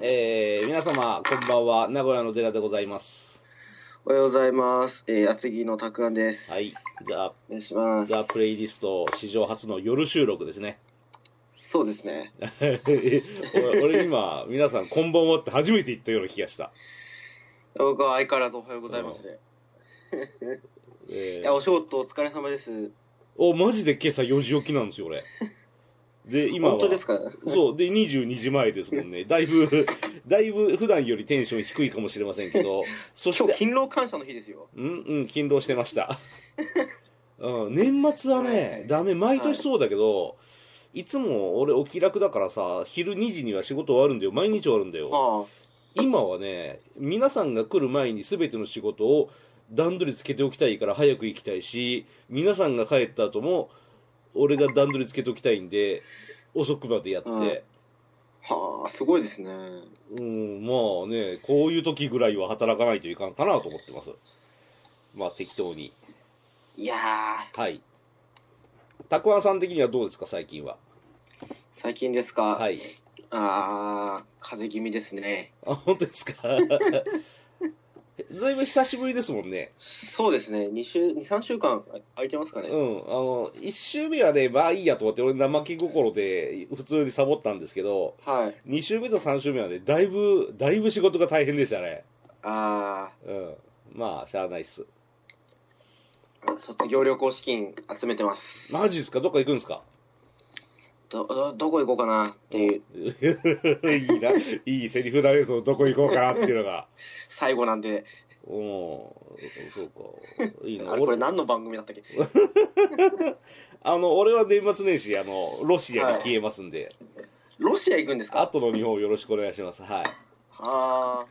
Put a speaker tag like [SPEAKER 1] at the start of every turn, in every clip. [SPEAKER 1] えー、皆様、こんばんは。名古屋の寺でございます。
[SPEAKER 2] おはようございます。えー、厚木のたくあんです。
[SPEAKER 1] はい。。ザ・
[SPEAKER 2] お願いします。
[SPEAKER 1] ザ・プレイリスト、史上初の夜収録ですね。
[SPEAKER 2] そうですね。
[SPEAKER 1] 俺俺今、皆さん、こんばんはって初めて言ったような気がした。
[SPEAKER 2] 僕は相変わらずおはようございますね。
[SPEAKER 1] え
[SPEAKER 2] い
[SPEAKER 1] ー
[SPEAKER 2] や、お仕事お疲れ様です。
[SPEAKER 1] お、マジで今朝4時起きなんですよ、俺。で、今は。
[SPEAKER 2] 本当ですか
[SPEAKER 1] そう。で、22時前ですもんね。だいぶ、だいぶ普段よりテンション低いかもしれませんけど、そし
[SPEAKER 2] 今日
[SPEAKER 1] て、
[SPEAKER 2] 勤労感謝の日ですよ。
[SPEAKER 1] うん、うん、勤労してま した。うん、年末は
[SPEAKER 2] はいは
[SPEAKER 1] ね、
[SPEAKER 2] い
[SPEAKER 1] ダメ、毎年そうだけど、いつも俺お気楽だからさ、昼2時には仕事終わるんだよ。毎日終わるんだよ。
[SPEAKER 2] あ
[SPEAKER 1] 今はね、皆さんが来る前に全ての仕事を段取りつけておきたいから早く行きたいし、皆さんが帰った後も、俺が段取りつけておきたいんで、遅くまでやって、
[SPEAKER 2] あ、はあ、すごいですね。
[SPEAKER 1] うん、まあね、こういう時ぐらいは働かないといかんかなと思ってます。まあ適当に。
[SPEAKER 2] いやー、
[SPEAKER 1] はい。たくあんさん的にはどうですか、最近は。
[SPEAKER 2] 最近ですか。、
[SPEAKER 1] はいい。
[SPEAKER 2] あー、風邪気味ですね。
[SPEAKER 1] あ、本当ですか。 だいぶ久しぶりですもんね。
[SPEAKER 2] そうですね。2週、2、3週間空いてますかね。
[SPEAKER 1] うん、あの、一周目はね、まあいいやと思って、俺怠け心で普通にサボったんですけど、
[SPEAKER 2] はい。
[SPEAKER 1] 二周目と三周目はね、だいぶ、だいぶ仕事が大変でしたね。
[SPEAKER 2] あ
[SPEAKER 1] うん。まあ、しゃあないっす。
[SPEAKER 2] ー、卒業旅行資金集めてます。
[SPEAKER 1] マジっすかどっか行くんですか
[SPEAKER 2] ど、ど、どこ行こうかなっていう、
[SPEAKER 1] いいな、いいセリフだね、そのどこ行こうかなっていうのが。
[SPEAKER 2] 最後なんで。
[SPEAKER 1] うん、そうか。いいな。
[SPEAKER 2] あれ、これ何の番組だったっけ
[SPEAKER 1] あの、俺は年末年始、あの、ロシアに消えますんで、
[SPEAKER 2] ロシア行くんですか
[SPEAKER 1] 後の日本をよろしくお願いします。は
[SPEAKER 2] あ
[SPEAKER 1] い。
[SPEAKER 2] あ、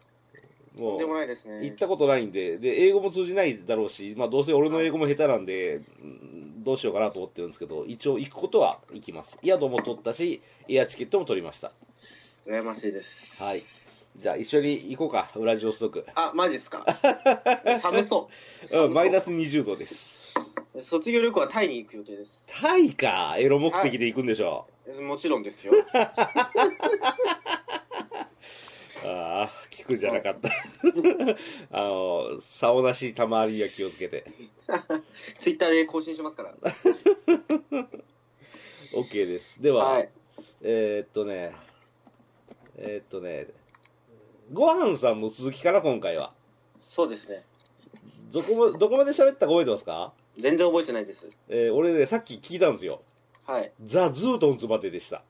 [SPEAKER 2] と
[SPEAKER 1] も
[SPEAKER 2] ん
[SPEAKER 1] う
[SPEAKER 2] で、もないです
[SPEAKER 1] 行っ
[SPEAKER 2] ね。
[SPEAKER 1] たことないんで、で、英語も通じないだろうし、まあ、どうせ俺の英語も下手なんで、うんどうしようかなと思ってるんですけど、一応行くことは行きます。宿も取ったし、エアチケットも取りました。
[SPEAKER 2] 羨ましいです。
[SPEAKER 1] はい。じゃあ、一緒に行こうか、ウラジオストク。
[SPEAKER 2] あ、マジっす か寒そう。寒そう
[SPEAKER 1] うん、マイナス20度です。
[SPEAKER 2] 卒業旅行はタイに行く予定です。
[SPEAKER 1] タイか、エロ目的で行くんでしょ
[SPEAKER 2] もちろんで すよ。
[SPEAKER 1] う。ああ、聞くんじゃなかった。 あの、竿なし玉ありは気をつけて。
[SPEAKER 2] ツイッターで更新しますから。
[SPEAKER 1] OK です。では、
[SPEAKER 2] はい。
[SPEAKER 1] えー、っとね、えー、っとね、ごはんさんの続きから今回は。
[SPEAKER 2] そうですね。
[SPEAKER 1] どこまどこまで喋ったか覚えてますか
[SPEAKER 2] 全然覚えてないです。
[SPEAKER 1] えー、俺ね、さっき聞いたんですよ。
[SPEAKER 2] はい。
[SPEAKER 1] ザ・ズートンズまででした。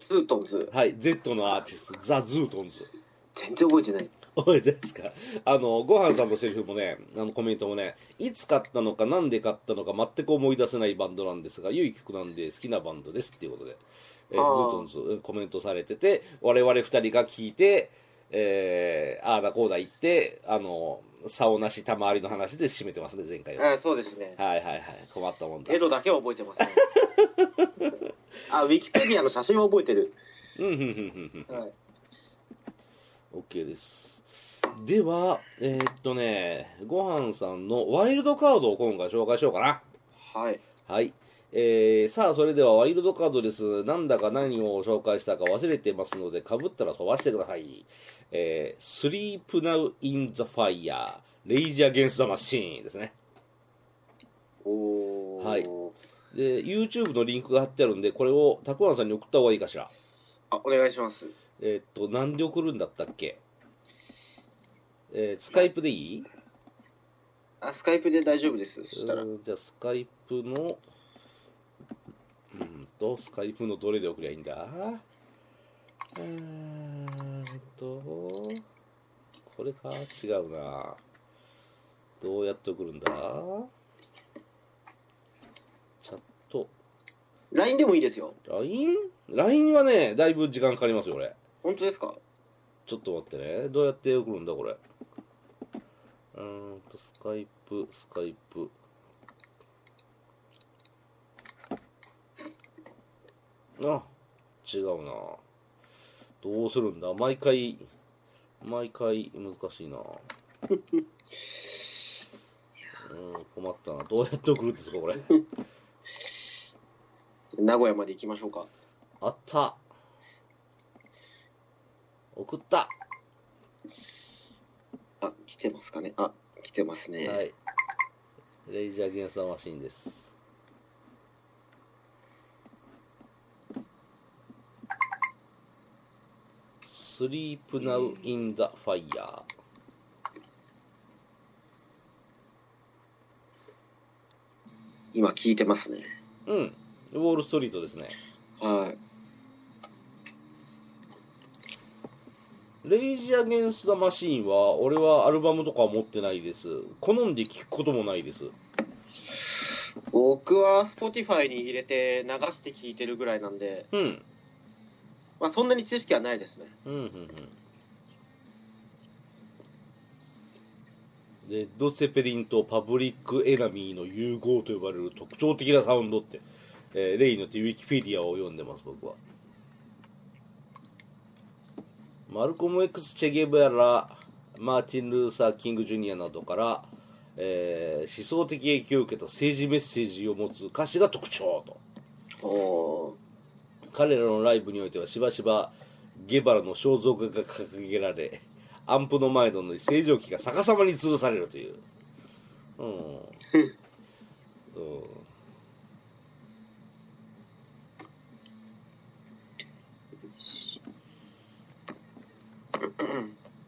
[SPEAKER 2] ツートンズ。
[SPEAKER 1] はい、Z のアーティスト、ザ・ズートンズ。
[SPEAKER 2] 全然覚えてない。
[SPEAKER 1] 覚えてですかあの、ごはんさんのセリフもね、あのコメントもね、いつ買ったのか、なんで買ったのか、全く思い出せないバンドなんですが、良い曲なんで好きなバンドですっていうことで、えー、ズ
[SPEAKER 2] あ
[SPEAKER 1] ー
[SPEAKER 2] ー
[SPEAKER 1] トンズうんコメントされてて、我々二人が聞いて、えー、ああだこうだ言って、あの、竿なし玉ありの話で締めてますね、前回は。
[SPEAKER 2] あそうですね。
[SPEAKER 1] はいはいはい、困ったもんだ
[SPEAKER 2] エ。ロだけは覚え てます、ね。あ、ウィキペディアの写真は覚えてる。
[SPEAKER 1] うんうんうんうんうん。
[SPEAKER 2] はい。
[SPEAKER 1] OK です。では、えーっとね、ごはんさんのワイルドカードを今回紹介しようかな。
[SPEAKER 2] はい。
[SPEAKER 1] はい。えー、さあ、それではワイルドカードです。なんだか何を紹介したか忘れてますので、かぶったら飛ばしてください。えー、Sleep Now in the Fire, Rage Against the Machine ですね。
[SPEAKER 2] おー。
[SPEAKER 1] はいで、YouTube のリンクが貼ってあるんで、これをたくあんさんに送った方がいいかしら。
[SPEAKER 2] あ、お願いします。
[SPEAKER 1] えーっと、なんで送るんだったっけえー、スカイプでいい
[SPEAKER 2] あ、スカイプで大丈夫です。そしたら
[SPEAKER 1] う。んじゃあスカイプのうんとスカイプのどれで送りゃいいんだえーっとこれか違うなどうやって送るんだチャット
[SPEAKER 2] LINE でもいいですよ。
[SPEAKER 1] LINE?LINE はねだいぶ時間かかりますよ俺
[SPEAKER 2] 本当ですか
[SPEAKER 1] ちょっと待ってね。どうやって送るんだ、これ。うーんと、スカイプ、スカイプ。あ、違うな。どうするんだ毎回、毎回難しいな。うーん、困ったな。どうやって送るんですか、これ。
[SPEAKER 2] 名古屋まで行きましょうか。
[SPEAKER 1] あった。送った。
[SPEAKER 2] あ、来てますかね。あ、来てますね。
[SPEAKER 1] はい。レイジャーゲンスターマシーンです。スリープナウインザファイヤー。
[SPEAKER 2] 今聞いてますね。
[SPEAKER 1] うん。ウォールストリートですね。
[SPEAKER 2] はい。
[SPEAKER 1] レイジアゲンス・ザ・マシーンは、俺はアルバムとかは持ってないです。好んで聴くこともないです。
[SPEAKER 2] 僕は Spotify に入れて流して聞いてるぐらいなんで、
[SPEAKER 1] うん。
[SPEAKER 2] まあそんなに知識はないですね。
[SPEAKER 1] うん、うん、うん。レッド・セペリンとパブリック・エナミーの融合と呼ばれる特徴的なサウンドって、えーレイのってウィキペディアを読んでます、僕は。マルコム X ・チェゲベラ、マーティン・ルーサー・キング・ジュニアなどから、えー思想的影響を受けた政治メッセージを持つ歌詞が特徴と。
[SPEAKER 2] お
[SPEAKER 1] 彼らのライブにおいてはしばしばゲバラの肖像画が掲げられアンプの前の正常期が逆さまに吊るされるといううんうん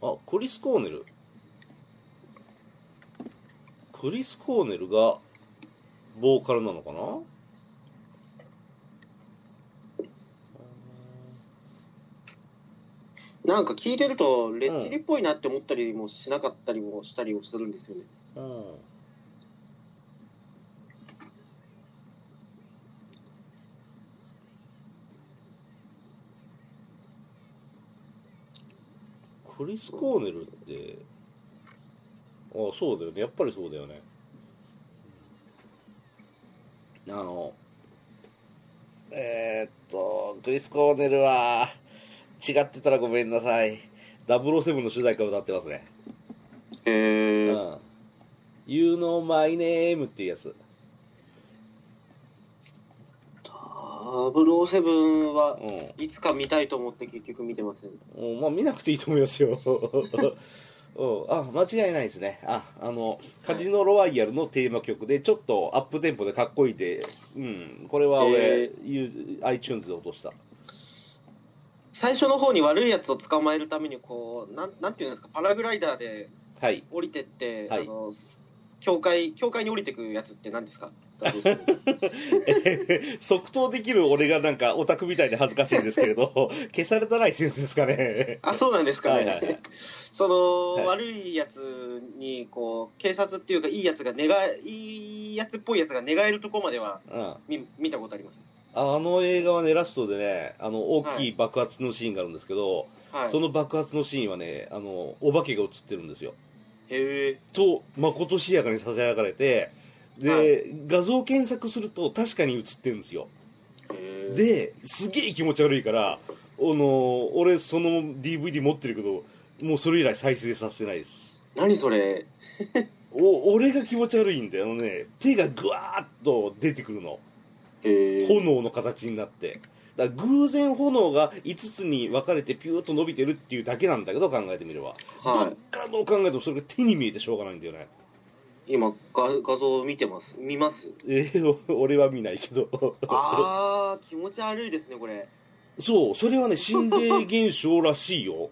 [SPEAKER 1] あクリス・コーネルクリス・コーネルがボーカルなのかな
[SPEAKER 2] なんか聞いてると、レッチリっぽいなって思ったりもしなかったりもしたりもするんですよね。
[SPEAKER 1] うんクリス・コーネルってあそうだよねやっぱりそうだよねあのえー、っとクリス・コーネルは違ってたらごめんなさい007の主題歌歌ってますね
[SPEAKER 2] へえ
[SPEAKER 1] うん。You know my name っていうやつ。
[SPEAKER 2] 007は
[SPEAKER 1] う、ん
[SPEAKER 2] いつか見たいと思って結局見てません。
[SPEAKER 1] うん。まあ見なくていいと思いますよ。 うん、あ間違いないですねああのカジノロワイヤルのテーマ曲でちょっとアップテンポでかっこいいで、うん、これは俺、
[SPEAKER 2] え
[SPEAKER 1] You- iTunes で落とした
[SPEAKER 2] 最初の方に悪いやつを捕まえるために、こう、なん、なんていうんですか、パラグライダーで
[SPEAKER 1] はい
[SPEAKER 2] 降りてって、
[SPEAKER 1] はい
[SPEAKER 2] あの、教会、教会に降りてくやつって 何ですか
[SPEAKER 1] 即答できる俺がなんかオタクみたいで恥ずかしいんですけれど 消されたライセンスですかね
[SPEAKER 2] あ、そうなんですかね。
[SPEAKER 1] はいはいはい
[SPEAKER 2] その、
[SPEAKER 1] はい
[SPEAKER 2] 悪いやつに、こう、警察っていうか、いいやつが寝が、いいやつっぽいやつが寝返るとこまでは、
[SPEAKER 1] うん
[SPEAKER 2] 見、見たことあります。
[SPEAKER 1] ああの映画はねラストでねあの大きい爆発のシーンがあるんですけど、
[SPEAKER 2] はい。
[SPEAKER 1] その爆発のシーンはねあのお化けが映ってるんですよ
[SPEAKER 2] へえ。
[SPEAKER 1] とまことしやかにささやかれてで、
[SPEAKER 2] はい
[SPEAKER 1] 画像検索すると確かに映ってるんですよ
[SPEAKER 2] へえ、
[SPEAKER 1] ですげえ気持ち悪いからあの俺その DVD 持ってるけどもうそれ以来再生させてないです
[SPEAKER 2] 何それ。
[SPEAKER 1] お俺が気持ち悪いんだよあのね手がぐわーっと出てくるの
[SPEAKER 2] へえ。
[SPEAKER 1] 炎の形になってだから偶然炎が5つに分かれてピューッと伸びてるっていうだけなんだけど考えてみれば
[SPEAKER 2] は
[SPEAKER 1] どっからどう考えてもそれが手に見えてしょうがないんだよね
[SPEAKER 2] い。今、画、画像を見てます。見ます。
[SPEAKER 1] えーお俺は見ないけど
[SPEAKER 2] あー、気持ち悪いですね、これ。
[SPEAKER 1] そうそれはね心霊現象らしいよ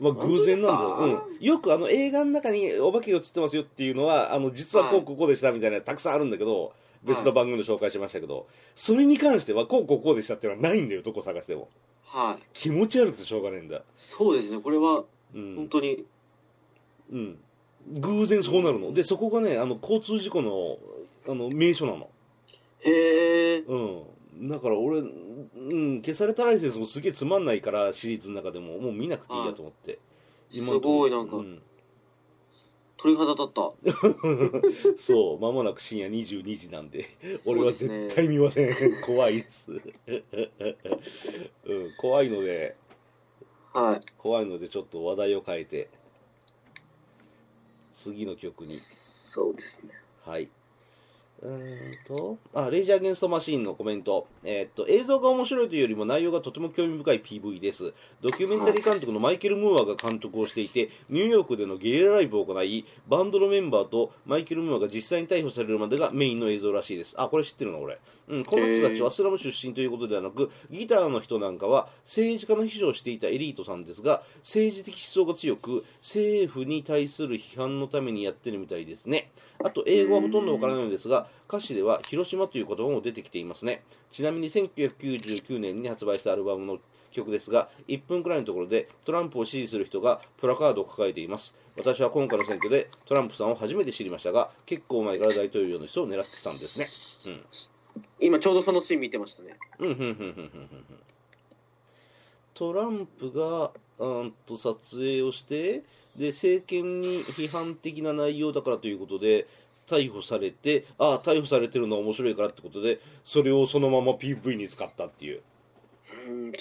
[SPEAKER 1] まあ偶然なんだよ、
[SPEAKER 2] 本当
[SPEAKER 1] うん、よくあの映画の中にお化けが映ってますよっていうのはあの実はこ
[SPEAKER 2] は
[SPEAKER 1] う
[SPEAKER 2] い
[SPEAKER 1] こうこうでしたみたいなたくさんあるんだけど別
[SPEAKER 2] は
[SPEAKER 1] の
[SPEAKER 2] い
[SPEAKER 1] 番組で紹介しましたけど、それに関してはこうこうこうでしたっていうのはないんだよどこ探しても
[SPEAKER 2] はい。
[SPEAKER 1] 気持ち悪くてしょうがないんだ
[SPEAKER 2] そうですね、これは、
[SPEAKER 1] うん
[SPEAKER 2] 本当に、
[SPEAKER 1] うん、偶然そうなるのでそこがねあの交通事故のあの名所なの
[SPEAKER 2] へえ。
[SPEAKER 1] うんだから俺、うん、消されたライセンスもすげえつまんないからシリーズの中でももう見なくていいやと思って、
[SPEAKER 2] す
[SPEAKER 1] のとこ
[SPEAKER 2] ごい、
[SPEAKER 1] ろ
[SPEAKER 2] なんか
[SPEAKER 1] う、ん
[SPEAKER 2] 鳥肌立った。
[SPEAKER 1] そうまもなく深夜22時なんで 俺は
[SPEAKER 2] そうですね
[SPEAKER 1] 絶対見ません、 怖いです、うん、怖いので
[SPEAKER 2] はい。
[SPEAKER 1] 怖いのでちょっと話題を変えて次の曲に
[SPEAKER 2] そうですね。
[SPEAKER 1] はい。うーんと、あ、レイジャー・ゲンスト・マシーンのコメント。えーっと、映像が面白いというよりも内容がとても興味深い PV です。ドキュメンタリー監督のマイケル・ムーアが監督をしていて、ニューヨークでのゲリラライブを行い、バンドのメンバーとマイケル・ムーアが実際に逮捕されるまでがメインの映像らしいです。あ、これ知ってるな、俺。うん、この人たちはスラム出身ということではなく、ギターの人なんかは政治家の秘書をしていたエリートさんですが、政治的思想が強く、政府に対する批判のためにやってるみたいですね。あと、英語はほとんどわからないのですが、歌詞では広島という言葉も出てきていますね。ちなみに1999年に発売したアルバムの曲ですが、1分くらいのところでトランプを支持する人がプラカードを抱えています。私は今回の選挙でトランプさんを初めて知りましたが、結構前から大統領の人を狙ってたんですね。うん。
[SPEAKER 2] 今ちょうどそのシーン見てましたね。
[SPEAKER 1] うんうんうんうんうんうんうんトランプがうーんと撮影をしてで政権に批判的な内容だからということで逮捕されてああ逮捕されてるのは面白いからってことでそれをそのまま PV に使ったっていう、
[SPEAKER 2] うん、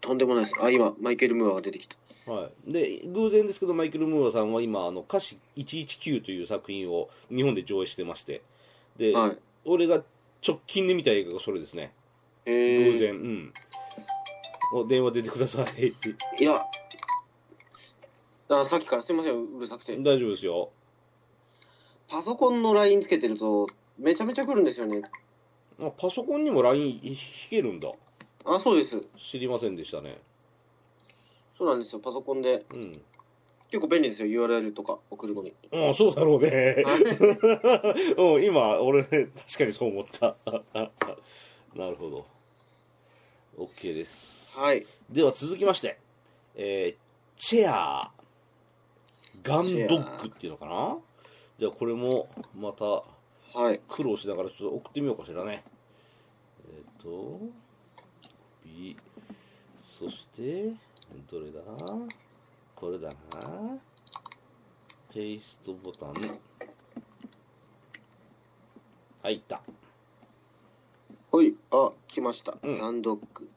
[SPEAKER 2] とんでもないです。あ、今、マイケル・ムーアが出てきた。
[SPEAKER 1] はい、で偶然ですけどマイケル・ムーアさんは今あの「歌詞119」という作品を日本で上映してましてで、
[SPEAKER 2] はい。
[SPEAKER 1] 俺が直近で見た映画がそれですね
[SPEAKER 2] え
[SPEAKER 1] 偶
[SPEAKER 2] ー、
[SPEAKER 1] 然、うんお電話出てください
[SPEAKER 2] いや、あさっきからすいません、うるさくて。
[SPEAKER 1] 大丈夫ですよ
[SPEAKER 2] パソコンの LINE つけてると、めちゃめちゃ来るんですよね。
[SPEAKER 1] あパソコンにも LINE 引けるんだ
[SPEAKER 2] あ、そうです。
[SPEAKER 1] 知りませんでしたね
[SPEAKER 2] そうなんですよ、パソコンで。
[SPEAKER 1] うん
[SPEAKER 2] 結構便利ですよ、URL とか送るのに。
[SPEAKER 1] うんそうだろうね
[SPEAKER 2] は
[SPEAKER 1] うん今俺ね確かにそう思った なるほど OK です
[SPEAKER 2] い。
[SPEAKER 1] では続きましてえーチェアガンドッグっていうのかなじゃあこれもまた
[SPEAKER 2] はい。
[SPEAKER 1] 苦労しながらちょっと送ってみようかしらねえっ、とコピーそしてどれだこれだなペーストボタンはいいった
[SPEAKER 2] ほい。あ、来ました。
[SPEAKER 1] うん
[SPEAKER 2] ガンドッグ。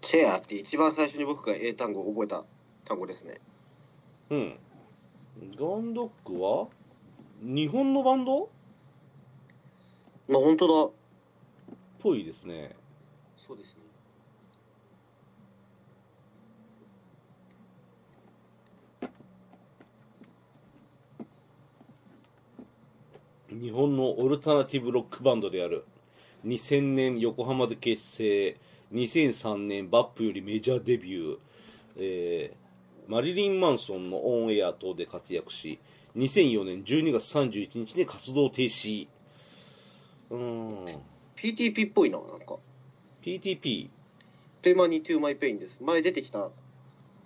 [SPEAKER 2] チェアって一番最初に僕が英単語を覚えた単語ですね。
[SPEAKER 1] うんガンドックは日本のバンドっ
[SPEAKER 2] まあ本当だ。
[SPEAKER 1] ぽいですね
[SPEAKER 2] そうですね。
[SPEAKER 1] 日本のオルタナティブロックバンドである2000年横浜で結成2003年バップよりメジャーデビュー、えーマリリン・マンソンのオンエア等で活躍し2004年12月31日に活動停止うーん
[SPEAKER 2] PTP っぽいな、なんか。
[SPEAKER 1] PTP
[SPEAKER 2] Pay Money to My Pain です。前出てきたや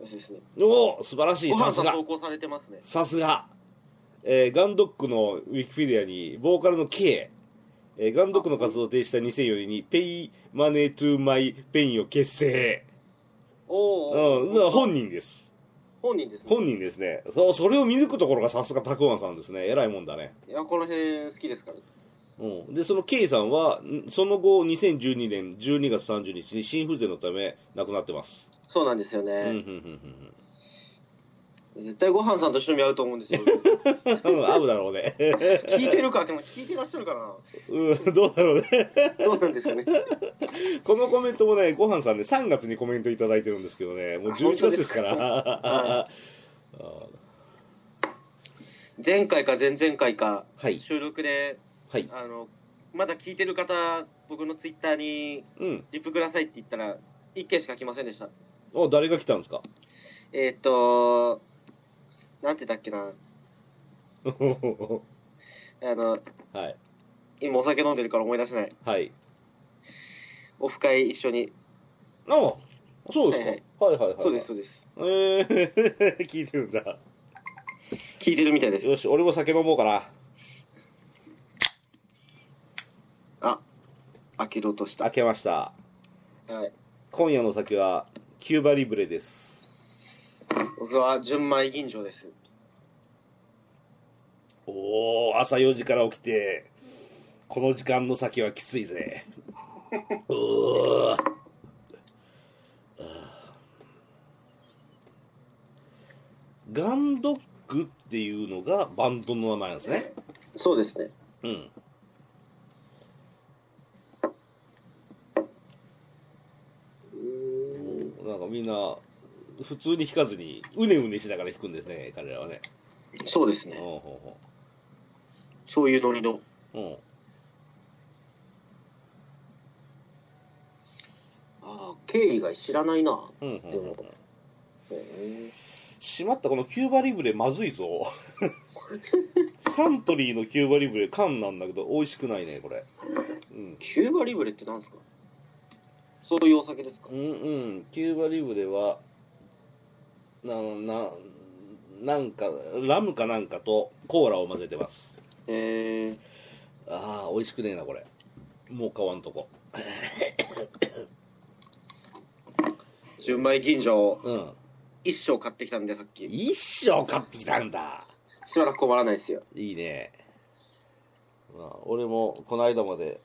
[SPEAKER 2] つですね。
[SPEAKER 1] おお素晴らしい
[SPEAKER 2] ご
[SPEAKER 1] さ
[SPEAKER 2] 飯
[SPEAKER 1] す
[SPEAKER 2] さん
[SPEAKER 1] が
[SPEAKER 2] 投稿されてますね。
[SPEAKER 1] さすが、えーガンドックのウィキペディアにボーカルの K、えーガンドックの活動を停止した2004年に「ペイマネートゥマイペイン」を結成、
[SPEAKER 2] お
[SPEAKER 1] う
[SPEAKER 2] ー
[SPEAKER 1] ん、だから本人です
[SPEAKER 2] 本人ですね。
[SPEAKER 1] 本人ですねそうそれを見抜くところがさすがたくあんさんですね偉いもんだね、
[SPEAKER 2] いや、この辺好きですから。
[SPEAKER 1] うん、でその K さんはんその後2012年12月30日に心不全のため亡くなってます、
[SPEAKER 2] そうなんですよ
[SPEAKER 1] うん
[SPEAKER 2] ね。
[SPEAKER 1] うん
[SPEAKER 2] 絶対ご飯さんと一緒に会うと思うんです よ。
[SPEAKER 1] うんうん、うん合うだろうね、
[SPEAKER 2] 聞いてるか、でも聞いてらっしゃるかな。
[SPEAKER 1] うん、どうだろうね
[SPEAKER 2] どうなんですかね。
[SPEAKER 1] このコメントもね、ごはんさんね、3月にコメントいただいてるんですけどね、もう
[SPEAKER 2] あ本
[SPEAKER 1] 11
[SPEAKER 2] 当
[SPEAKER 1] 月
[SPEAKER 2] ですか
[SPEAKER 1] ですから、は
[SPEAKER 2] は前回か前々回か、
[SPEAKER 1] い、
[SPEAKER 2] 収録で、
[SPEAKER 1] はい、
[SPEAKER 2] あの、まだ聞いてる方、僕のツイッターに
[SPEAKER 1] うん、
[SPEAKER 2] リプくださいって言ったら、1件しか来ませんでした。
[SPEAKER 1] お誰が来たんですか、
[SPEAKER 2] えーっと、なんてだっけな。あの、
[SPEAKER 1] はい、
[SPEAKER 2] 今お酒飲んでるから思い出せない。
[SPEAKER 1] はい、
[SPEAKER 2] オフ会一緒に。
[SPEAKER 1] あそうですか、はいはいはい、
[SPEAKER 2] そうです、、そうです。
[SPEAKER 1] えー、 聞いてるんだ、
[SPEAKER 2] 聞いてるみたいです。
[SPEAKER 1] よし、俺も酒飲もうかな、
[SPEAKER 2] あ、開けろうとした。
[SPEAKER 1] 開けました、
[SPEAKER 2] はい。
[SPEAKER 1] 今夜の酒はキューバリブレです、
[SPEAKER 2] 僕は純米吟醸です。
[SPEAKER 1] おお朝4時から起きてこの時間の先はきついぜ うおーあーガンドッグっていうのがバンドの名前なんですね
[SPEAKER 2] そうですね。
[SPEAKER 1] うんなんかみんな普通に弾かずにうねうねしながら弾くんですね彼らはね
[SPEAKER 2] そうです
[SPEAKER 1] うん
[SPEAKER 2] ね。
[SPEAKER 1] ほうほう
[SPEAKER 2] そういうノリの。
[SPEAKER 1] うん
[SPEAKER 2] ああ、経緯が知らないな。
[SPEAKER 1] うんうんうんうん
[SPEAKER 2] へ
[SPEAKER 1] しまったこのキューバリブレまずいぞサントリーのキューバリブレ缶なんだけど美味しくないねこれうん
[SPEAKER 2] えキューバリブレってなんですかそういうお酒ですか
[SPEAKER 1] うんうんキューバリブレはなななんかラムかなんかとコーラを混ぜてます
[SPEAKER 2] へえ。
[SPEAKER 1] ああ美味しくねえなこれもう買わんとこ
[SPEAKER 2] 純米吟醸を
[SPEAKER 1] うん
[SPEAKER 2] 一升買ってきたんで、さっき。
[SPEAKER 1] 一生買ってきたんだ
[SPEAKER 2] しばらく困らないですよ。
[SPEAKER 1] いいね、まあ、俺もこの間まで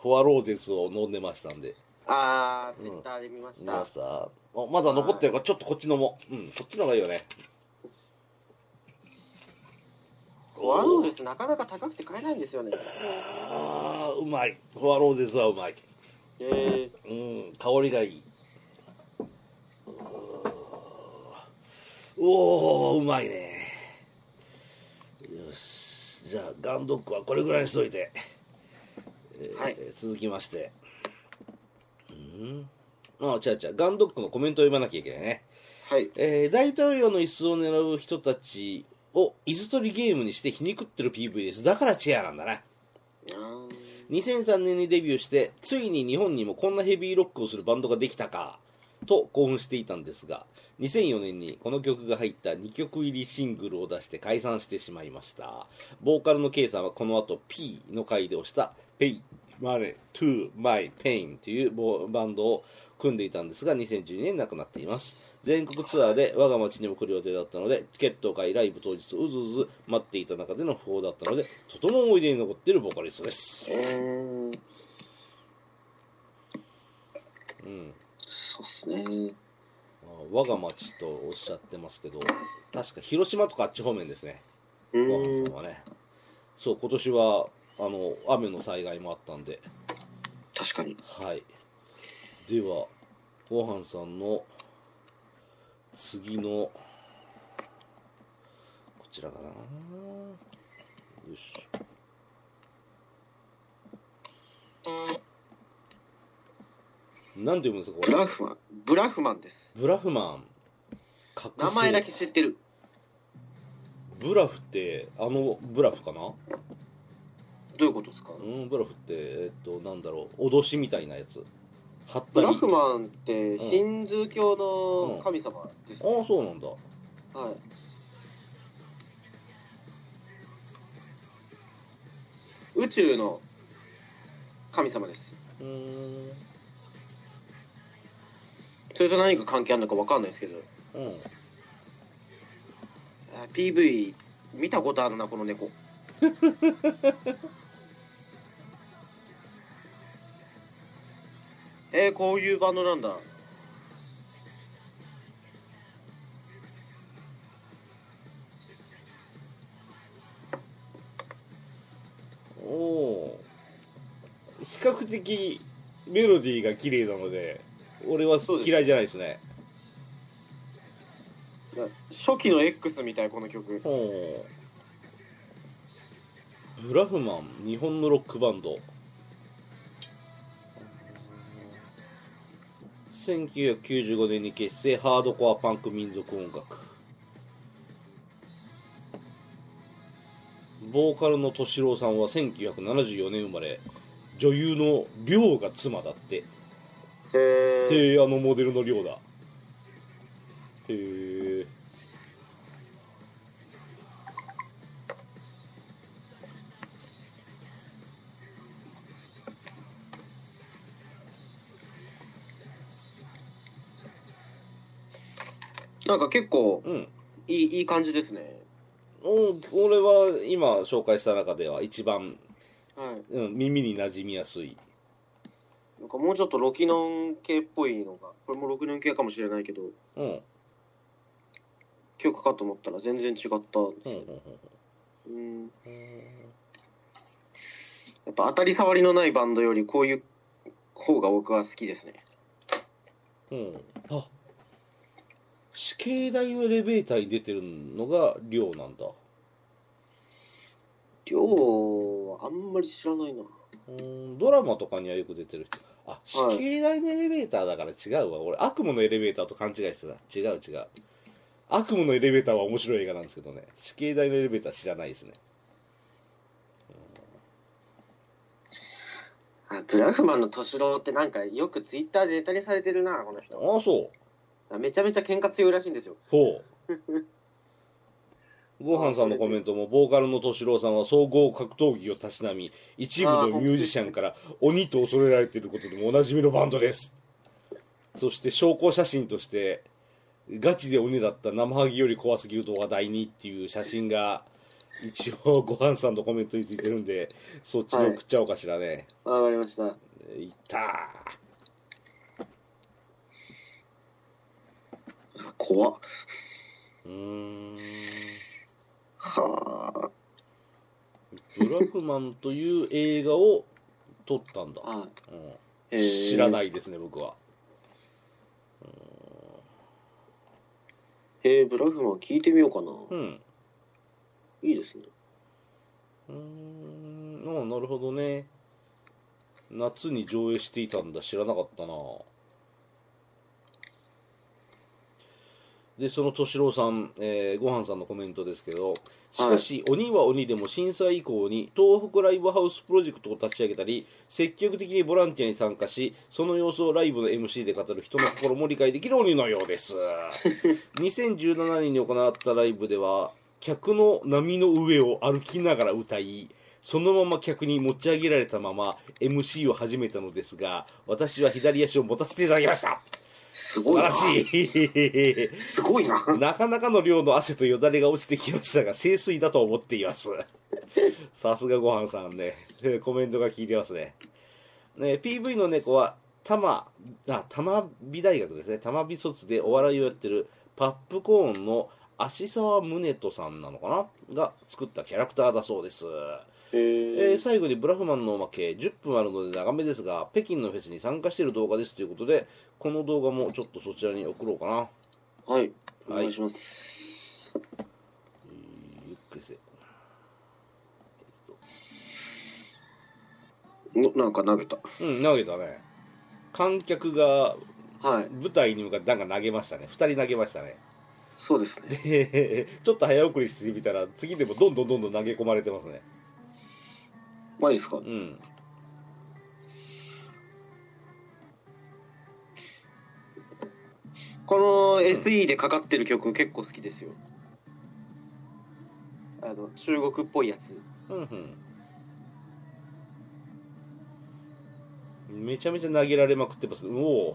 [SPEAKER 1] フォアローゼスを飲んでましたんで
[SPEAKER 2] あ
[SPEAKER 1] ん
[SPEAKER 2] あ、ツイッターで見まし
[SPEAKER 1] 見
[SPEAKER 2] た。
[SPEAKER 1] ましたおまだ残ってるからちょっとこっち飲もううんこっちの方がいいよね
[SPEAKER 2] フォアローゼスなかなか高くて買えないんですよね。
[SPEAKER 1] あーうまいフォアローゼスはうまい
[SPEAKER 2] へえ。
[SPEAKER 1] うん香りがいいうーおおうまいねよしじゃあガンドックはこれぐらいにしといて、えー
[SPEAKER 2] はい
[SPEAKER 1] 続きましてうんあ違う違うガンドックのコメントを読まなきゃいけないね
[SPEAKER 2] はい。
[SPEAKER 1] えー大統領の椅子を狙う人たちを椅子取りゲームにして皮肉ってる PV ですだからチェアなんだな
[SPEAKER 2] あー
[SPEAKER 1] 2003年にデビューしてついに日本にもこんなヘビーロックをするバンドができたかと興奮していたんですが2004年にこの曲が入った2曲入りシングルを出して解散してしまいましたボーカルの K さんはこの後 P の回で押した「Pay My To My Pain」というボバンドを組んでいたんですが2012年に亡くなっています全国ツアーで我が町にも来る予定だったのでチケットを買いライブ当日うずうず待っていた中での訃報だったのでとても思い出に残っているボーカリストです
[SPEAKER 2] うーん。
[SPEAKER 1] うん、
[SPEAKER 2] そうっすね。
[SPEAKER 1] まあ我が町とおっしゃってますけど確か広島とかあっち方面ですね
[SPEAKER 2] う
[SPEAKER 1] ご飯
[SPEAKER 2] ー
[SPEAKER 1] さん
[SPEAKER 2] ん。
[SPEAKER 1] はねそう今年はあの雨の災害もあったんで
[SPEAKER 2] 確かに。
[SPEAKER 1] はいではご飯さんの次のこちらかなよいしょなんて読むんですか
[SPEAKER 2] ブ
[SPEAKER 1] これ
[SPEAKER 2] ラフマン。ブラフマンです。
[SPEAKER 1] ブラフマン覚醒
[SPEAKER 2] 名前だけ知ってる。
[SPEAKER 1] ブラフってあのブラフかな
[SPEAKER 2] どういうことですか
[SPEAKER 1] うんブラフってえっとなんだろう脅しみたいなやつはった
[SPEAKER 2] ブ
[SPEAKER 1] り
[SPEAKER 2] ラフ
[SPEAKER 1] あ
[SPEAKER 2] マンって
[SPEAKER 1] うん
[SPEAKER 2] ヒンズー教の神様です、ね
[SPEAKER 1] あそうなんだ
[SPEAKER 2] はい。宇宙の神様です。
[SPEAKER 1] うーん
[SPEAKER 2] それと何か関係あるのかわかんないですけど、
[SPEAKER 1] うん
[SPEAKER 2] あ PV 見たことあるなこの猫。 えー、こういうバンドなんだ。
[SPEAKER 1] おおー比較的メロディーが綺麗なので俺は
[SPEAKER 2] そうです
[SPEAKER 1] 嫌いじゃないですね
[SPEAKER 2] 初期の X みたいこの曲。
[SPEAKER 1] おおブラフマン日本のロックバンド1995年に結成ハードコアパンク民族音楽ボーカルの敏郎さんは1974年生まれ女優の亮が妻だって
[SPEAKER 2] へえ。
[SPEAKER 1] へえあのモデルの量だへえ
[SPEAKER 2] なんか結構
[SPEAKER 1] うん
[SPEAKER 2] いいいい感じですね。
[SPEAKER 1] うん、俺は今紹介した中では一番、
[SPEAKER 2] はい。
[SPEAKER 1] うん、耳に馴染みやすい。
[SPEAKER 2] なんかもうちょっとロキノン系っぽいのが、これもロキノン系かもしれないけど、
[SPEAKER 1] うん、うん、
[SPEAKER 2] 曲かと思ったら全然違ったん
[SPEAKER 1] うん
[SPEAKER 2] です
[SPEAKER 1] うん。
[SPEAKER 2] よ。うん。や
[SPEAKER 1] うん
[SPEAKER 2] っぱ当たり障りのないバンドよりこういう方が僕は好きですね。
[SPEAKER 1] うん、あ死刑台のエレベーターに出てるのが亮なんだ
[SPEAKER 2] 量はあんまり知らないな。
[SPEAKER 1] うんドラマとかにはよく出てる人あ死刑台のエレベーターだから違うわ俺悪夢のエレベーターと勘違いしてた違う違う悪夢のエレベーターは面白い映画なんですけどね死刑台のエレベーター知らないですね
[SPEAKER 2] あブラフマンの敏郎ってなんかよくツイッターでネタにされてるな、この
[SPEAKER 1] あ
[SPEAKER 2] 人。
[SPEAKER 1] あそう
[SPEAKER 2] めちゃめちゃ喧嘩強いらしいんですよ。
[SPEAKER 1] ほ うごはんさんのコメントもボーカルの敏郎さんは総合格闘技をたしなみ一部のミュージシャンから鬼と恐れられていることでもおなじみのバンドですそして証拠写真としてガチで鬼だった生ハゲより怖すぎると話題にっていう写真が一応ごはんさんのコメントについてるんでそっちに送っちゃおうかしらね、
[SPEAKER 2] わかりました。
[SPEAKER 1] い、ったー
[SPEAKER 2] 怖っ。
[SPEAKER 1] うーん
[SPEAKER 2] は
[SPEAKER 1] ブラフマンという映画を撮ったんだ、
[SPEAKER 2] あ。
[SPEAKER 1] うん
[SPEAKER 2] へー
[SPEAKER 1] 知らないですね、僕は。
[SPEAKER 2] へえ、ブラフマン聞いてみようか
[SPEAKER 1] う
[SPEAKER 2] な。
[SPEAKER 1] ん。
[SPEAKER 2] いいですね。
[SPEAKER 1] うーん、ああなるほどね。夏に上映していたんだ、知らなかったな。で、その敏郎さん、えーごはんさんのコメントですけど、しかし、鬼は鬼でも震災以降に東北ライブハウスプロジェクトを立ち上げたり、積極的にボランティアに参加し、その様子をライブの MC で語る人の心も理解できる鬼のようです。2017年に行ったライブでは、客の波の上を歩きながら歌い、そのまま客に持ち上げられたまま MC を始めたのですが、私は左足を持たせていただきました。素
[SPEAKER 2] すご
[SPEAKER 1] 晴
[SPEAKER 2] いな。
[SPEAKER 1] らしい。
[SPEAKER 2] すごいな。
[SPEAKER 1] なかなかの量の汗とよだれが落ちてきましたが、清水だと思っています。さすがごはんさんね。えーコメントが効いてますね。ね PV の猫は、多摩、あ、多摩美大学ですね。多摩美卒でお笑いをやってるパップコーンの芦沢宗人さんなのかなが作ったキャラクターだそうです。
[SPEAKER 2] へ
[SPEAKER 1] え
[SPEAKER 2] え
[SPEAKER 1] ー。最後にブラフマンのおまけ10分あるので長めですが北京のフェスに参加している動画ですということでこの動画もちょっとそちらに送ろうかな
[SPEAKER 2] はい。お願いします。
[SPEAKER 1] ゆっくりせ
[SPEAKER 2] おなんか投げた。
[SPEAKER 1] うん投げたね観客が
[SPEAKER 2] はい。
[SPEAKER 1] 舞台に向かってなんか投げましたね2人投げましたね
[SPEAKER 2] そうですね。
[SPEAKER 1] でちょっと早送りしてみたら次でもどんどんどんどん投げ込まれてますね
[SPEAKER 2] マジですか
[SPEAKER 1] うん
[SPEAKER 2] この SE でかかってる曲結構好きですよ。あの、中国っぽいやつ。
[SPEAKER 1] うんうんめちゃめちゃ投げられまくってますうおー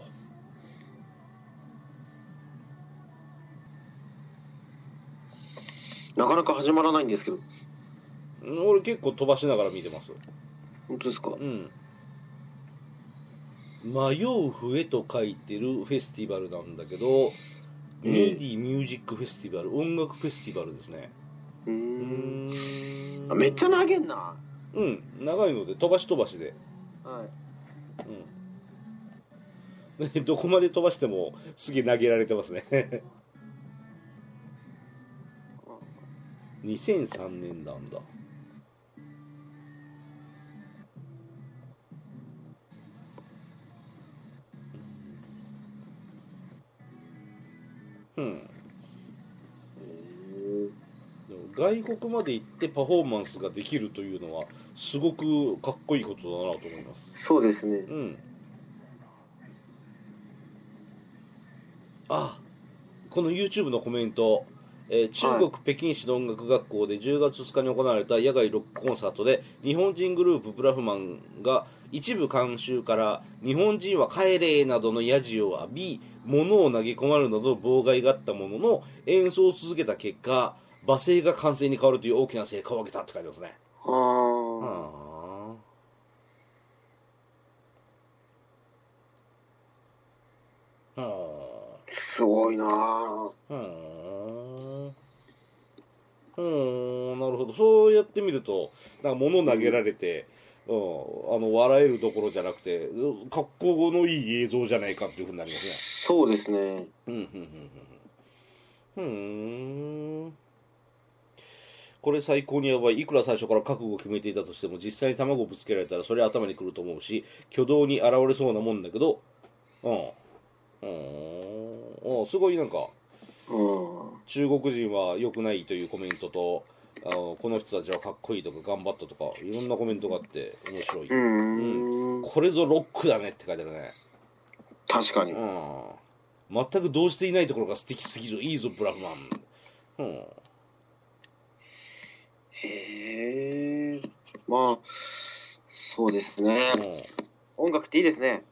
[SPEAKER 2] なかなか始まらないんですけど。
[SPEAKER 1] うん俺結構飛ばしながら見てます
[SPEAKER 2] 本当ですか
[SPEAKER 1] うん迷う笛と書いてるフェスティバルなんだけど、
[SPEAKER 2] え
[SPEAKER 1] メ
[SPEAKER 2] ー
[SPEAKER 1] ディミュージックフェスティバル音楽フェスティバルですね
[SPEAKER 2] うー
[SPEAKER 1] うー
[SPEAKER 2] ん。
[SPEAKER 1] ん
[SPEAKER 2] あめっちゃ投げんな。
[SPEAKER 1] うん長いので飛ばし飛ばしで、
[SPEAKER 2] はい。
[SPEAKER 1] うん で、どこまで飛ばしてもすげえ投げられてますね2003年なんだうんでも外国まで行ってパフォーマンスができるというのはすごくかっこいいことだなと思います
[SPEAKER 2] そうですね。
[SPEAKER 1] うんあこの YouTube のコメント、えー中国、北京市の音楽学校で10月2日に行われた野外ロックコンサートで日本人グループブラフマンが一部監修から日本人は帰れなどのヤジを浴び物を投げ込まれるなどの妨害があったものの演奏を続けた結果罵声が歓声に変わるという大きな成功を上げたって書いてますね。
[SPEAKER 2] はあ。
[SPEAKER 1] はあ。は
[SPEAKER 2] すごいなあ
[SPEAKER 1] あ。はあ。うん、なるほど。そうやってみると、なんか物投げられて、うん、あの、笑えるところじゃなくて、うん格好のいい映像じゃないかっていうふうになりますね。
[SPEAKER 2] そうですね。
[SPEAKER 1] うんうんうんうんうんふーんこれ最高にやばいいくら最初から覚悟を決めていたとしても実際に卵をぶつけられたらそれは頭にくると思うし挙動に現れそうなもんだけどうんうんうんすごいなんか
[SPEAKER 2] うん。
[SPEAKER 1] 中国人は良くないというコメントとあのこの人たちはかっこいいとか頑張ったとかいろんなコメントがあって面白い、
[SPEAKER 2] うん。
[SPEAKER 1] これぞロックだねって書いてあるね
[SPEAKER 2] 確かに。
[SPEAKER 1] うん全く動じていないところが素敵すぎるいいぞブラフマン、うん、
[SPEAKER 2] へえ。まあ、そうですね。音楽っていいですね。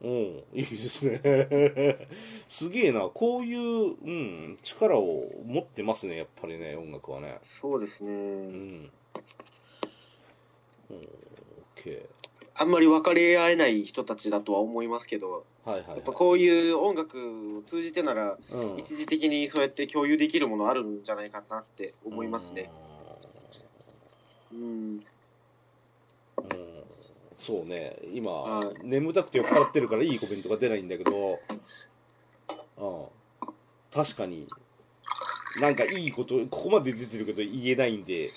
[SPEAKER 1] うん、うん、いいですね すげえなこういう、うん、力を持ってますねやっぱりね音楽はね
[SPEAKER 2] そうです
[SPEAKER 1] う
[SPEAKER 2] ね。
[SPEAKER 1] ん、うん、OK
[SPEAKER 2] あんまり分かり合えない人たちだとは思いますけど、
[SPEAKER 1] はいはい、は
[SPEAKER 2] や
[SPEAKER 1] い
[SPEAKER 2] っぱこういう音楽を通じてなら、
[SPEAKER 1] うん
[SPEAKER 2] 一時的にそうやって共有できるものあるんじゃないかなって思いますね。うん。
[SPEAKER 1] うんうんそうね今、
[SPEAKER 2] はい
[SPEAKER 1] 眠たくて酔っ払ってるからいいコメントが出ないんだけど、うん確かになんかいいことここまで出てるけど言えないんで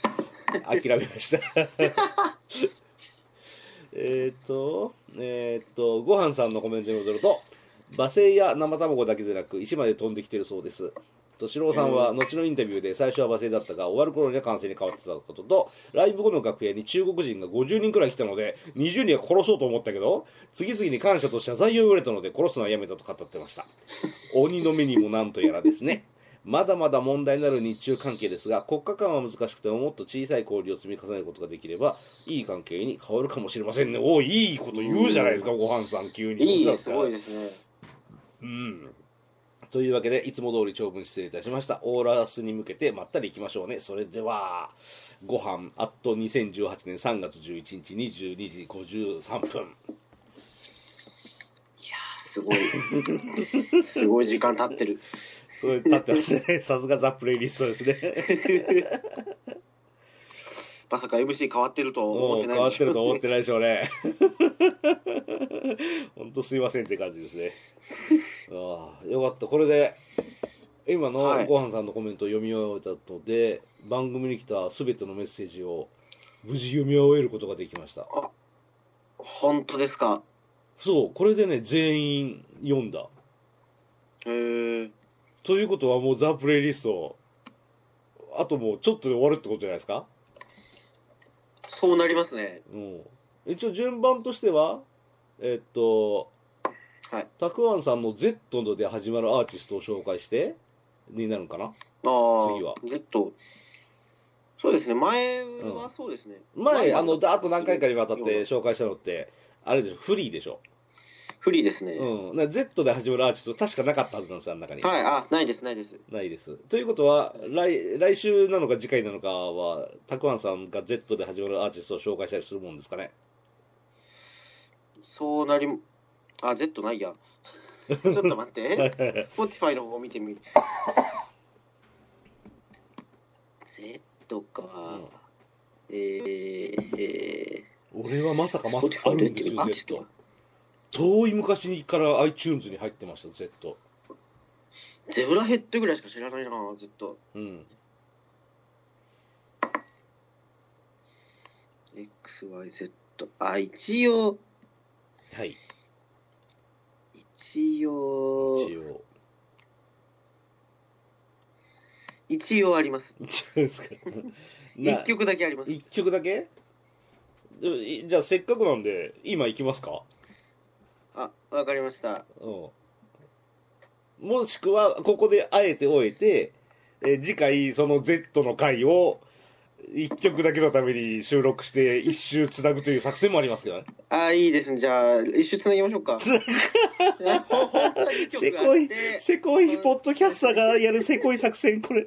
[SPEAKER 1] 諦めました えーっとえーっとごはんさんのコメントに戻ると罵声や生卵だけでなく石まで飛んできてるそうです敏郎さんは後のインタビューで最初は罵声だったが終わる頃には完成に変わってたこととライブ後の楽屋に中国人が50人くらい来たので20人は殺そうと思ったけど次々に感謝と謝罪を言われたので殺すのはやめたと語ってました鬼の目にもなんとやらですねまだまだ問題になる日中関係ですが国家間は難しくてももっと小さい交流を積み重ねることができればいい関係に変わるかもしれませんねおおいいこと言うじゃないですかごはんさん急に
[SPEAKER 2] いいです、すごいですね。
[SPEAKER 1] うん。というわけで、いつも通り長文失礼いたしました。オーラスに向けてまったり行きましょうね。それでは、ご飯、あっと2018年3月11日22時53分。
[SPEAKER 2] いやー、すごい。すごい時間経ってる。
[SPEAKER 1] それ立ってますね。さすがザ・プレイリストですね。
[SPEAKER 2] まさか MC 変わってるとは思
[SPEAKER 1] も
[SPEAKER 2] っ
[SPEAKER 1] う
[SPEAKER 2] て
[SPEAKER 1] 変
[SPEAKER 2] ない
[SPEAKER 1] わ
[SPEAKER 2] で
[SPEAKER 1] っ
[SPEAKER 2] してょ
[SPEAKER 1] ると思ってないでしょう ね。ほんとすいませんって感じですね。ああ、よかった。これで、今
[SPEAKER 2] は
[SPEAKER 1] の
[SPEAKER 2] い
[SPEAKER 1] ごはんさんのコメントを読み終えたので、番組に来たすべてのメッセージを無事読み終えることができました。
[SPEAKER 2] 本当ですか。
[SPEAKER 1] そう、これでね、全員読んだ。
[SPEAKER 2] へえ。
[SPEAKER 1] ということはもうザ・プレイリスト、あともうちょっとで終わるってことじゃないですか
[SPEAKER 2] そうなりますね。
[SPEAKER 1] うん。一応順番としては、えっと、
[SPEAKER 2] はい。
[SPEAKER 1] たくあんさんの Z で始まるアーティストを紹介して、になるのかな
[SPEAKER 2] ああ。
[SPEAKER 1] 次は
[SPEAKER 2] Z。そうですね。前はそうですね。
[SPEAKER 1] 前、
[SPEAKER 2] は
[SPEAKER 1] あの、だーっと何回かにわたって。紹介したのって、あれでしょ、フリーでしょ。
[SPEAKER 2] フリーですね。
[SPEAKER 1] うん。な Z で始まるアーティスト、確かなかったはずなんですよ、あの中に。
[SPEAKER 2] はい。あ、ないです、ないです。
[SPEAKER 1] ないです。ということは、来、来週なのか次回なのかは、たくあんさんが Z で始まるアーティストを紹介したりするもんですかね。
[SPEAKER 2] そうなりも、あ、Z な いや。ちょっと待って。Spotify の方を見てみる。Z か。
[SPEAKER 1] ん
[SPEAKER 2] えー、え
[SPEAKER 1] 俺はまさか
[SPEAKER 2] ー、
[SPEAKER 1] まさかあるんですよ
[SPEAKER 2] ア、ーティスト
[SPEAKER 1] Z。遠い昔にから iTunes に入ってました、Z。
[SPEAKER 2] ゼブラヘッドぐらいしか知らないな、ずっと。
[SPEAKER 1] うん。
[SPEAKER 2] XYZ。あ、一応、
[SPEAKER 1] はい。
[SPEAKER 2] 一応、
[SPEAKER 1] 一応。
[SPEAKER 2] 一応あります。
[SPEAKER 1] 一応ですか。な
[SPEAKER 2] 一曲だけあります。
[SPEAKER 1] 一曲だけでもいじゃあせっかくなんで、今行きますか
[SPEAKER 2] あ、わかりました。
[SPEAKER 1] うん。もしくは、ここであえて終えて、えー次回、その Z の回を、一曲だけのために収録して、一周つなぐという作戦もありますけどね。
[SPEAKER 2] あ、いいですね。じゃあ、一周つなぎましょうか。
[SPEAKER 1] つな
[SPEAKER 2] えほほんとに曲
[SPEAKER 1] せ
[SPEAKER 2] があっ
[SPEAKER 1] こい
[SPEAKER 2] て、
[SPEAKER 1] せこい、ポッドキャスターがやるせこい作戦、これ。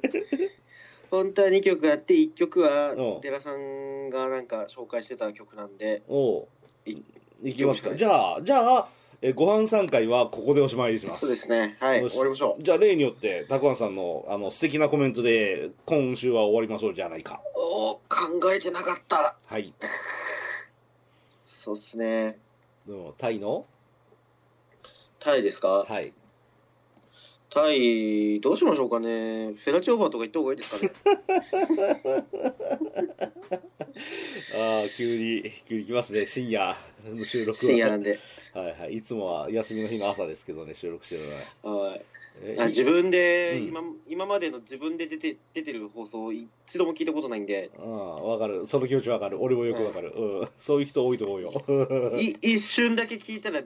[SPEAKER 2] 本当は2曲あって1曲は
[SPEAKER 1] うん
[SPEAKER 2] 寺さんがなんか紹介してた曲なんで
[SPEAKER 1] おう
[SPEAKER 2] い
[SPEAKER 1] いきますかじゃあじゃあ、えーご飯3回はここでおしまいにします
[SPEAKER 2] そうですねはい
[SPEAKER 1] よし
[SPEAKER 2] 終わりましょう
[SPEAKER 1] じゃあ例によってたくあんさんのあの素敵なコメントで今週は終わりましょうじゃないか
[SPEAKER 2] おお考えてなかった
[SPEAKER 1] はい
[SPEAKER 2] そうっすね
[SPEAKER 1] でもタイの
[SPEAKER 2] タイですか
[SPEAKER 1] はい
[SPEAKER 2] タイどうしましょうかねフェラチオーバーとか行った方がいいです かね
[SPEAKER 1] ああ急に急に来ますね深夜の収録は
[SPEAKER 2] 深夜なんで
[SPEAKER 1] はいはいいつもは休みの日の朝ですけどね収録してるのは
[SPEAKER 2] はい
[SPEAKER 1] え
[SPEAKER 2] あ自分で、
[SPEAKER 1] うん
[SPEAKER 2] 今今までの自分で出て出てる放送一度も聞いたことないんで
[SPEAKER 1] ああ分かるその気持ち分かる俺もよく分かる、うん、そういう人多いと思うよ う
[SPEAKER 2] い一瞬だけ聞いたら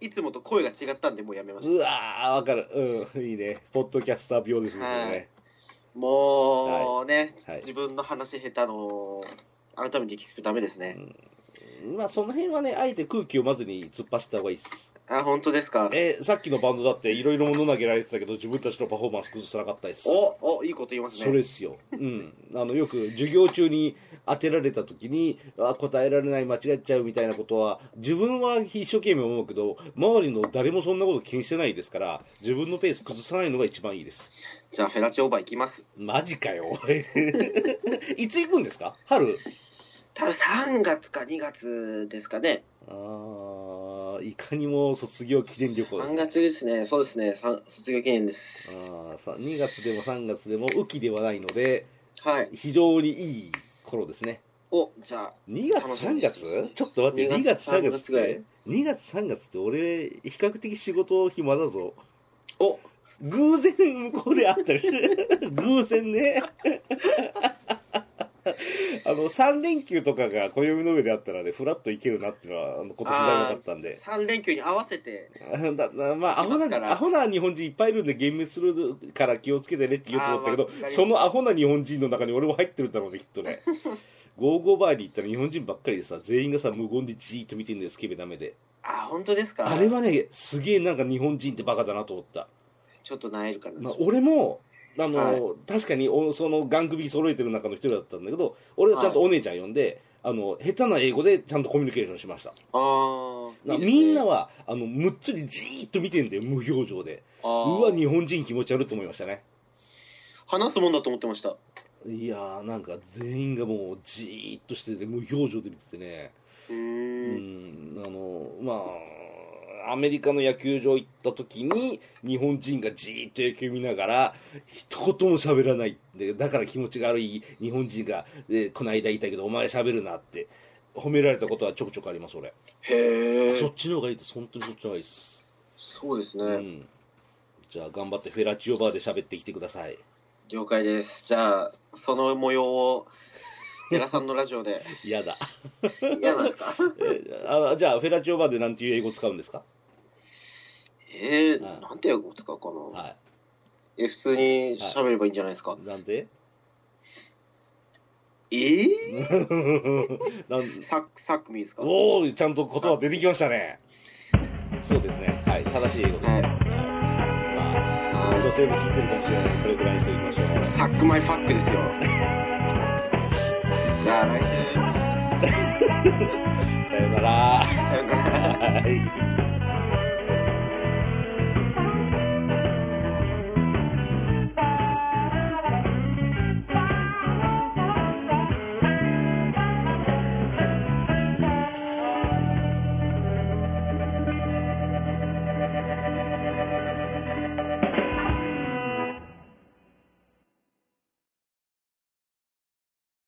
[SPEAKER 2] いつもと声が違ったんでもうやめました
[SPEAKER 1] わー分かるうんいいねポッドキャスター病ですねそれね
[SPEAKER 2] もうね、
[SPEAKER 1] はい
[SPEAKER 2] 自分の話下手の改めて聞くとダメですね、
[SPEAKER 1] まあその辺はねあえて空気をまずに突っ走った方がいいっす
[SPEAKER 2] あ本当ですか
[SPEAKER 1] えーさっきのバンドだっていろいろ物投げられてたけど自分たちのパフォーマンス崩さなかったです
[SPEAKER 2] おおいいこと言いますね
[SPEAKER 1] それですよ、うん、あのよく授業中に当てられた時にあ答えられない間違っちゃうみたいなことは自分は一生懸命思うけど周りの誰もそんなこと気にしてないですから自分のペース崩さないのが一番いいです
[SPEAKER 2] じゃあフェラチオーバー行きます
[SPEAKER 1] マジかよ いつ行くんですか春
[SPEAKER 2] 多分3月か2月ですかね
[SPEAKER 1] あーいかにも卒業記念旅行です
[SPEAKER 2] 3
[SPEAKER 1] ね
[SPEAKER 2] 月ですねそうですねさん卒業記念です
[SPEAKER 1] あーさ2月でも3月でも雨季ではないので
[SPEAKER 2] はい
[SPEAKER 1] 非常にいい頃ですね
[SPEAKER 2] おじゃあ
[SPEAKER 1] 2月
[SPEAKER 2] 楽し
[SPEAKER 1] 3
[SPEAKER 2] みです
[SPEAKER 1] 月ちょっと待って2
[SPEAKER 2] 2
[SPEAKER 1] 月
[SPEAKER 2] 月
[SPEAKER 1] 3月っ
[SPEAKER 2] 3
[SPEAKER 1] て2月3月って俺比較的仕事暇だぞ
[SPEAKER 2] お
[SPEAKER 1] 偶然向こうで会ったりして 偶然ねあの3連休とかが暦の上であったらねフラッといけるなっていうのはあの今年知らなかったんで
[SPEAKER 2] 3連休に合わせて
[SPEAKER 1] だだまあアホ
[SPEAKER 2] いますから
[SPEAKER 1] なアホな日本人いっぱいいるんで幻滅するから気をつけてねって言おうと思ったけ
[SPEAKER 2] あ
[SPEAKER 1] ど
[SPEAKER 2] ーわかります
[SPEAKER 1] そのアホな日本人の中に俺も入ってるんだろうねきっと ねゴーゴーバーに行ったら日本人ばっかりでさ全員がさ無言でじーっと見てるんですけべな目で
[SPEAKER 2] あ本当ですか
[SPEAKER 1] あれはねすげえなんか日本人ってバカだなと思った、
[SPEAKER 2] ちょっとなえるかな、
[SPEAKER 1] まあ、俺もあの、
[SPEAKER 2] はい
[SPEAKER 1] 確かにおそのガン首揃えてる中の一人だったんだけど俺はちゃんとお姉ちゃん呼んで、あの下手な英語でちゃんとコミュニケーションしました
[SPEAKER 2] あー
[SPEAKER 1] ない
[SPEAKER 2] いですね
[SPEAKER 1] みんなはあのむっつりじーっと見てんだよ無表情で
[SPEAKER 2] あ
[SPEAKER 1] う
[SPEAKER 2] ー
[SPEAKER 1] わ日本人気持ち悪いと思いましたね
[SPEAKER 2] 話すもんだと思ってました
[SPEAKER 1] いやーなんか全員がもうじーっとしてて無表情で見ててね
[SPEAKER 2] うー
[SPEAKER 1] うんんあのまあアメリカの野球場行った時に日本人がじーっと野球見ながら一言も喋らないでだから気持ちが悪い日本人が、えーこの間言ったけどお前喋るなって褒められたことはちょくちょくあります俺、
[SPEAKER 2] へえ
[SPEAKER 1] そっちの方がいいです本当にそっちの方がいいです、
[SPEAKER 2] そうですね、
[SPEAKER 1] うん、じゃあ頑張ってフェラチオバーで喋ってきてください
[SPEAKER 2] 了解ですじゃあその模様を寺さんのラジオ で
[SPEAKER 1] やだ
[SPEAKER 2] 嫌なんですか
[SPEAKER 1] えあじゃあフェラチオバーでなんていう英語使うんですか
[SPEAKER 2] えー
[SPEAKER 1] はい
[SPEAKER 2] なんて英語使うかな、
[SPEAKER 1] は
[SPEAKER 2] え普通に喋ればいいんじゃないですか、
[SPEAKER 1] いなん で
[SPEAKER 2] ええ
[SPEAKER 1] なん
[SPEAKER 2] ー、サックサックミですかは
[SPEAKER 1] おおちゃんと言葉出てきましたねそうですねはい正しい英語です、
[SPEAKER 2] い
[SPEAKER 1] まあ、
[SPEAKER 2] は
[SPEAKER 1] 女性も聞いてるかもしれないこれぐらいにしておきましょう
[SPEAKER 2] いサックマイファックですよじゃあ来週
[SPEAKER 1] さよなら
[SPEAKER 2] さよなら
[SPEAKER 1] はい